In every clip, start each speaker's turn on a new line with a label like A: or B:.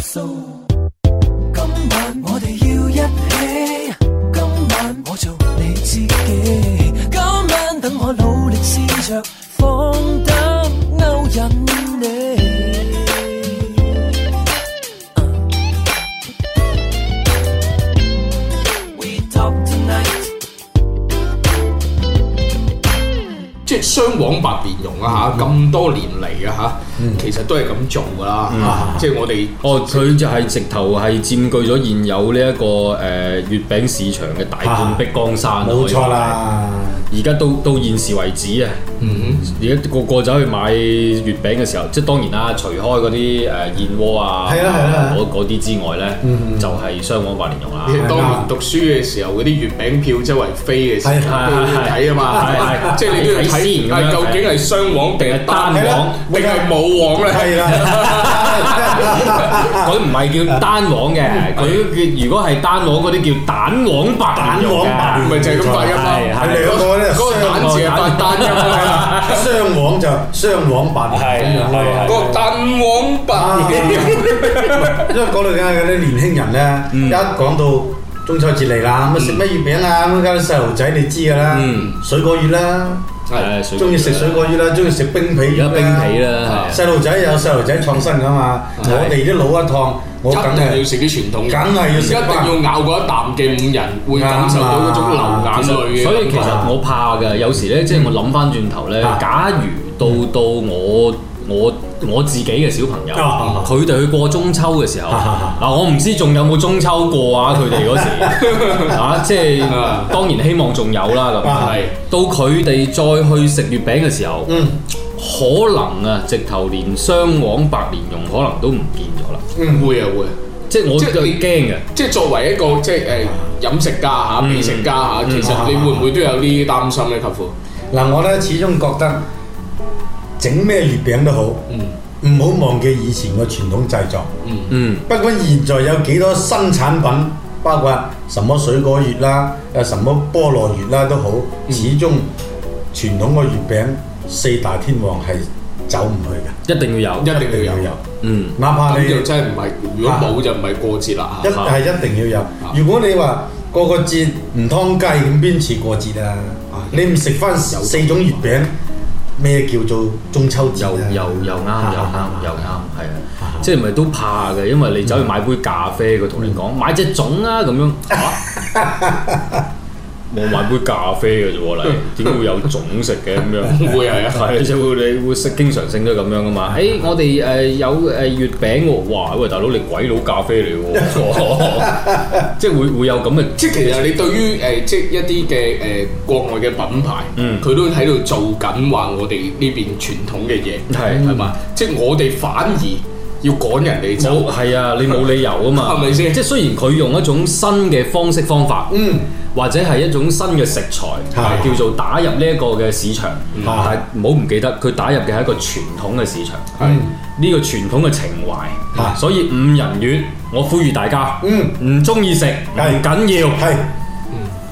A: 数。今晚我哋要一起，今晚我做你知己。今晚等我努力試着放膽勾引你。We talk tonight.
B: 即係雙往白蓮蓉啊嚇，咁多年嚟啊嚇，其實都係咁做噶啦，啊即係我哋
C: 哦，佢就係直頭係佔據咗現有呢、一個誒、呃、月餅市場嘅大半壁江山。啊
D: 冇錯。啦，
C: 而家到到現時為止啊，
D: 嗯
C: 而家個個走去買月餅嘅時候，即係當然啦，除開嗰啲誒燕窩啊，
D: 係啊係嗯啊
C: 嗰嗰啲之外咧，就係雙黃白蓮蓉啦。啊
B: 你當年讀書嘅時候，嗰啲月餅票周圍飛嘅時候，
D: 係
B: 都要睇啊
C: 係係
B: 嘛，
C: 係
B: 即係你都要
C: 睇先咁
B: 睇
C: 樣
B: 啊究竟係雙往定係單
C: 係
B: 往
C: 啦，
B: 定係冇往咧？
D: 係啦，
C: 佢唔係叫單黃嘅，
D: 嗯
C: 佢叫如果係單黃嗰啲叫蛋黃白蓮蓉
D: 蛋黃
C: 嘅
D: 白蓮。
B: 咪就係咁發音
C: 係
B: 咯
C: 係。
D: 係兩個咧
B: 嗰個單字係發單音啊啦，
D: 雙黃就雙黃白
E: 係
D: 咁樣咯
E: 係係
B: 嗰個蛋黃白
D: 啊
B: 蓮蓉。
D: 因為講到緊嗰啲年輕人咧，一講到中秋節嚟啦，咁啊食乜月餅啊，咁而家啲細路仔你知㗎啦
C: 嗯，
D: 水果月啦，
C: 係
D: 中意食水果月啦，中意食冰皮
C: 而
D: 月
C: 家冰皮啦，係啊
D: 細路仔有細路仔創新㗎嘛，我哋啲老一趟，我
B: 一
D: 梗
B: 定要
D: 係
B: 食啲傳統嘢，
D: 梗係要食
B: 一定要咬嗰一啖嘅五仁，會感受到嗰種流眼淚嘅。
C: 所以其實我怕嘅，有時咧，即係我諗翻轉頭咧，
D: 啊
C: 假如到到我我我自己嘅小朋友，
D: 啊
C: 佢哋去過中秋嘅時候，
D: 啊
C: 嗱我唔知仲有冇中秋過啊？佢哋嗰時啊，即係
B: 啊
C: 當然希望仲有啦咁
D: 啊。
B: 係
C: 到佢哋再去食月餅嘅時候，
D: 嗯
C: 可能啊，直頭連雙黃白蓮蓉可能都唔見咗啦。
D: 嗯
B: 會啊會啊，
C: 即係我
B: 即係
C: 就
B: 你
C: 驚嘅。
B: 即係作為一個即係誒飲食家嚇、美食家嚇，其實你會唔會都有呢啲擔心咧，舅父？
D: 嗱，我咧始終覺得整咩月餅都好，
B: 嗯
D: 唔好忘記以前個傳統製作。
C: 嗯，
D: 不管現在有幾多新產品，包括什麼水果月啦，有什麼菠蘿月啦都好，
B: 嗯
D: 始終傳統個月餅四大天王係走唔去
C: 一定要
B: 一
C: 有。
B: 定
D: 嘅，
B: 要有，
C: 嗯，
D: 哪怕
B: 咁
D: 你
B: 就真係唔係，如果冇就唔係過節啦
D: 一
B: 嚇。
D: 係一定要有。如果你話個個節唔湯雞，咁邊似過節啊？你唔食翻四種月餅，咩叫做中秋節
C: 又
D: 啊？
C: 又又啱又啱又啱，係啊！即係咪都怕嘅？因為你走去買杯咖啡，佢同你
B: 嗯
C: 講買隻種啊咁 樣嚇我買杯咖啡嘅 啫喎，你點會有種食嘅咁樣？
B: 會係啊嗯
C: 係就會你會識經常性都係咁樣噶嘛？誒，我哋誒有誒月餅喎，哇！喂，大佬你鬼佬咖啡嚟 喎，即係會會有咁嘅
B: 即係其實你對於誒、呃即係一啲嘅誒國外嘅品牌，佢、
C: 嗯
B: 都喺度做緊話我哋呢邊傳統嘅嘢，
C: 係
B: 係嘛？即係我哋反而要趕人哋走
C: 冇。係啊，你冇理由啊嘛，
B: 係咪先
C: 即係雖然佢用一種新嘅方式方法，
D: 嗯，
C: 或者係一種新嘅食材，
D: 係
C: 係叫做打入呢一個嘅市場，但係唔好唔記得佢打入嘅係一個傳統嘅市場，係呢個傳統嘅情
D: 啊
C: 懷，所以五仁月我呼籲大家，
D: 嗯
C: 唔中意食唔
D: 係
C: 緊要。
D: 係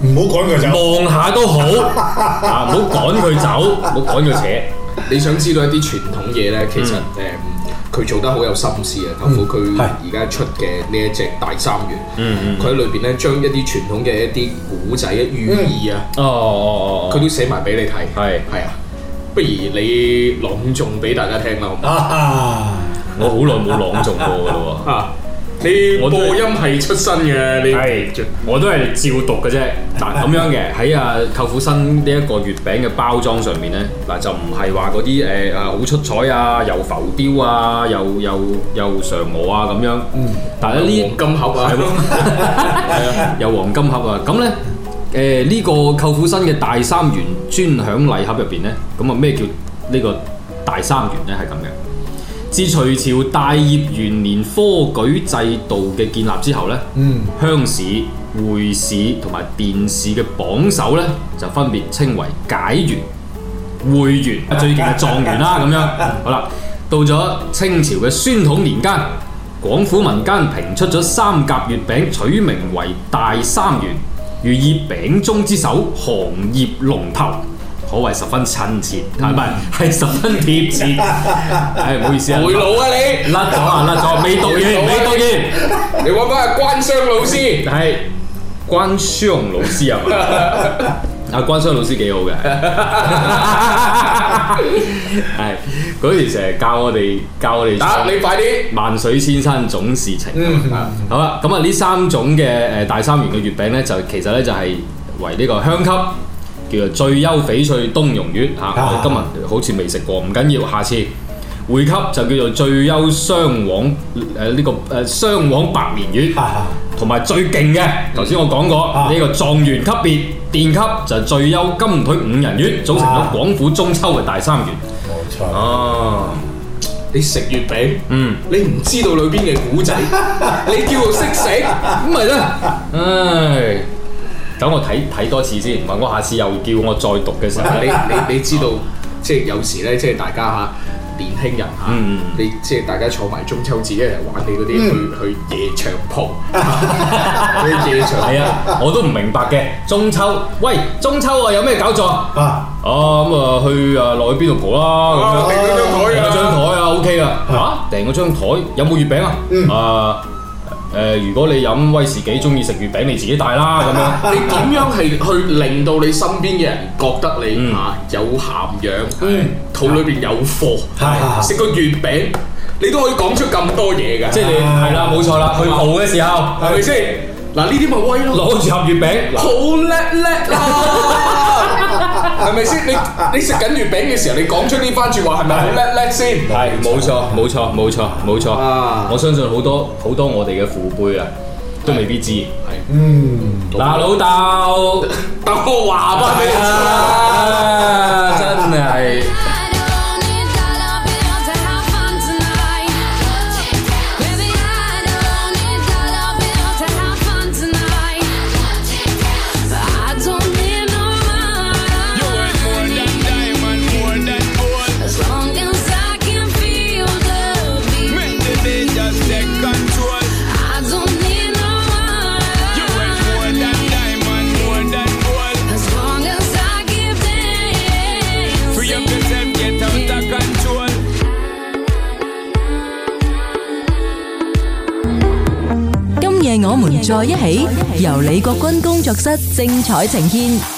D: 唔好趕佢走。
C: 望下都 好，啊唔好趕佢走，唔好趕佢扯，
B: 你想知道一啲傳統嘢
C: 嗯
B: 咧，其實誒佢、做得好有心思啊！舅父
C: 嗯
B: 佢
D: 係
B: 而家出嘅呢一隻大三元，佢喺裏邊咧將一啲傳統嘅一啲古仔嘅寓意啊，
C: 哦哦哦
B: 佢、
C: 哦，
B: 都寫埋俾你睇。
C: 係
B: 係啊，不如你朗誦俾大家聽啦，好唔好？
D: 啊！
C: 我好耐冇朗誦過㗎咯
B: 啊，你
C: 我
B: 播
C: 都係
B: 音係出身嘅，你
C: 喎，係，我都係照讀嘅啫。嗱咁樣嘅喺啊舅父新呢一個月餅嘅包裝上面咧，嗱就唔係話嗰啲誒啊好出彩啊，又浮雕啊，又又又嫦娥啊咁樣。但
B: 嗯黃
C: 係咧呢
B: 金盒啊
C: 係，有黃金盒啊，咁咧。誒呢、個舅父新嘅大三元專享禮盒入邊咧，咁啊咩叫呢個大三元咧？係咁嘅。自隋朝大業元年科舉制度嘅建立之後咧，
D: 嗯
C: 鄉試、會試同埋殿試嘅榜首咧，就分別稱為解元、會元、最勁嘅狀元啦咁樣。好啦，到咗清朝嘅宣統年間，廣府民間評出咗三甲月餅，取名為大三元，寓意餅中之首，行業龍頭。可謂十分親切，係咪？係十分貼切。唉，唔好意思啊，
B: 回老啊你。
C: 甩咗啊，甩咗，未讀完，未讀完。
B: 你揾翻阿關商老師，
C: 係關舒紅老師係嘛？ 啊，關商老師幾好嘅，係嗰時成日教我哋教我哋
B: 打你快啲。
C: 萬水千山總是情。
B: 嗯，
C: 好啦，咁啊呢三種嘅誒大三元嘅月餅咧，就其實咧就係為呢個鄉級叫做最優翡翠冬蓉月
B: 啊
C: 嚇。我哋今日好似未食過，唔緊要，下次會級就叫做最優雙黃誒呢個誒雙黃白蓮月。
D: 啊
C: 同埋最勁嘅，頭先我講過呢個狀元級別電級就係最優金腿五人月，組成咗廣府中秋嘅大三元。
D: 冇錯。
C: 哦，
B: 你食月餅，
C: 嗯，
B: 你唔知道裏邊嘅古 仔，你叫我識食，
C: 咁咪咧，唉，等我睇睇多次先，唔係我下次又叫我再讀嘅時候
B: 你
C: 咧，
B: 你你知道，即係有時咧，即係大家嚇年輕人嚇，
C: 嗯
B: 你即係大家坐埋中秋節一齊玩你嗰啲、去去夜場 蒲，去夜場
C: 係啊，我都唔明白嘅。中秋，喂，中秋啊，有咩搞作？啊，
D: 啊，
C: 咁啊，去啊落去邊度蒲啦？
B: 啊
C: 咁樣
B: 定咗
C: 訂咗
B: 張
C: 張
B: 台啊，
C: 台啊，OK 啦。嚇，訂咗張台，有冇月餅啊？
B: 嗯
C: 啊，誒，如果你飲威士忌，中意食月餅，你自己帶啦，咁 樣。
B: 你點樣係去令到你身邊嘅人覺得你嚇有涵養，肚裏邊有貨，
D: 係
B: 食個月餅，你都可以講出咁多嘢㗎，
C: 即係你係啦，冇錯啦，去蒲嘅時候
B: 啊係咪先？嗱，呢啲咪威咯。
C: 攞住盒月餅，
B: 好
C: 嗱
B: 叻叻啊啦， 係咪先？你你食緊月餅嘅時候，你講出呢番説話係咪好叻叻先？
C: 係冇錯，冇錯，冇錯，冇錯。
B: 啊
C: 我相信好多好多我哋嘅父輩啊，都未必知。
D: 嗯，
C: 嗱，老豆，
B: 等我話翻你知
C: 啊真係
E: I don't need dollar bills to have fun tonight. Baby, I don't need dollar bills to have fun tonight. I don't need no money as long as I can feel the beat. I don't need no money as long as I keep dancing.
F: Control.
G: Hôm nay, tôi cùng nhau ở một chỗ, từ Lý Quốc Quân công tác室精彩呈現.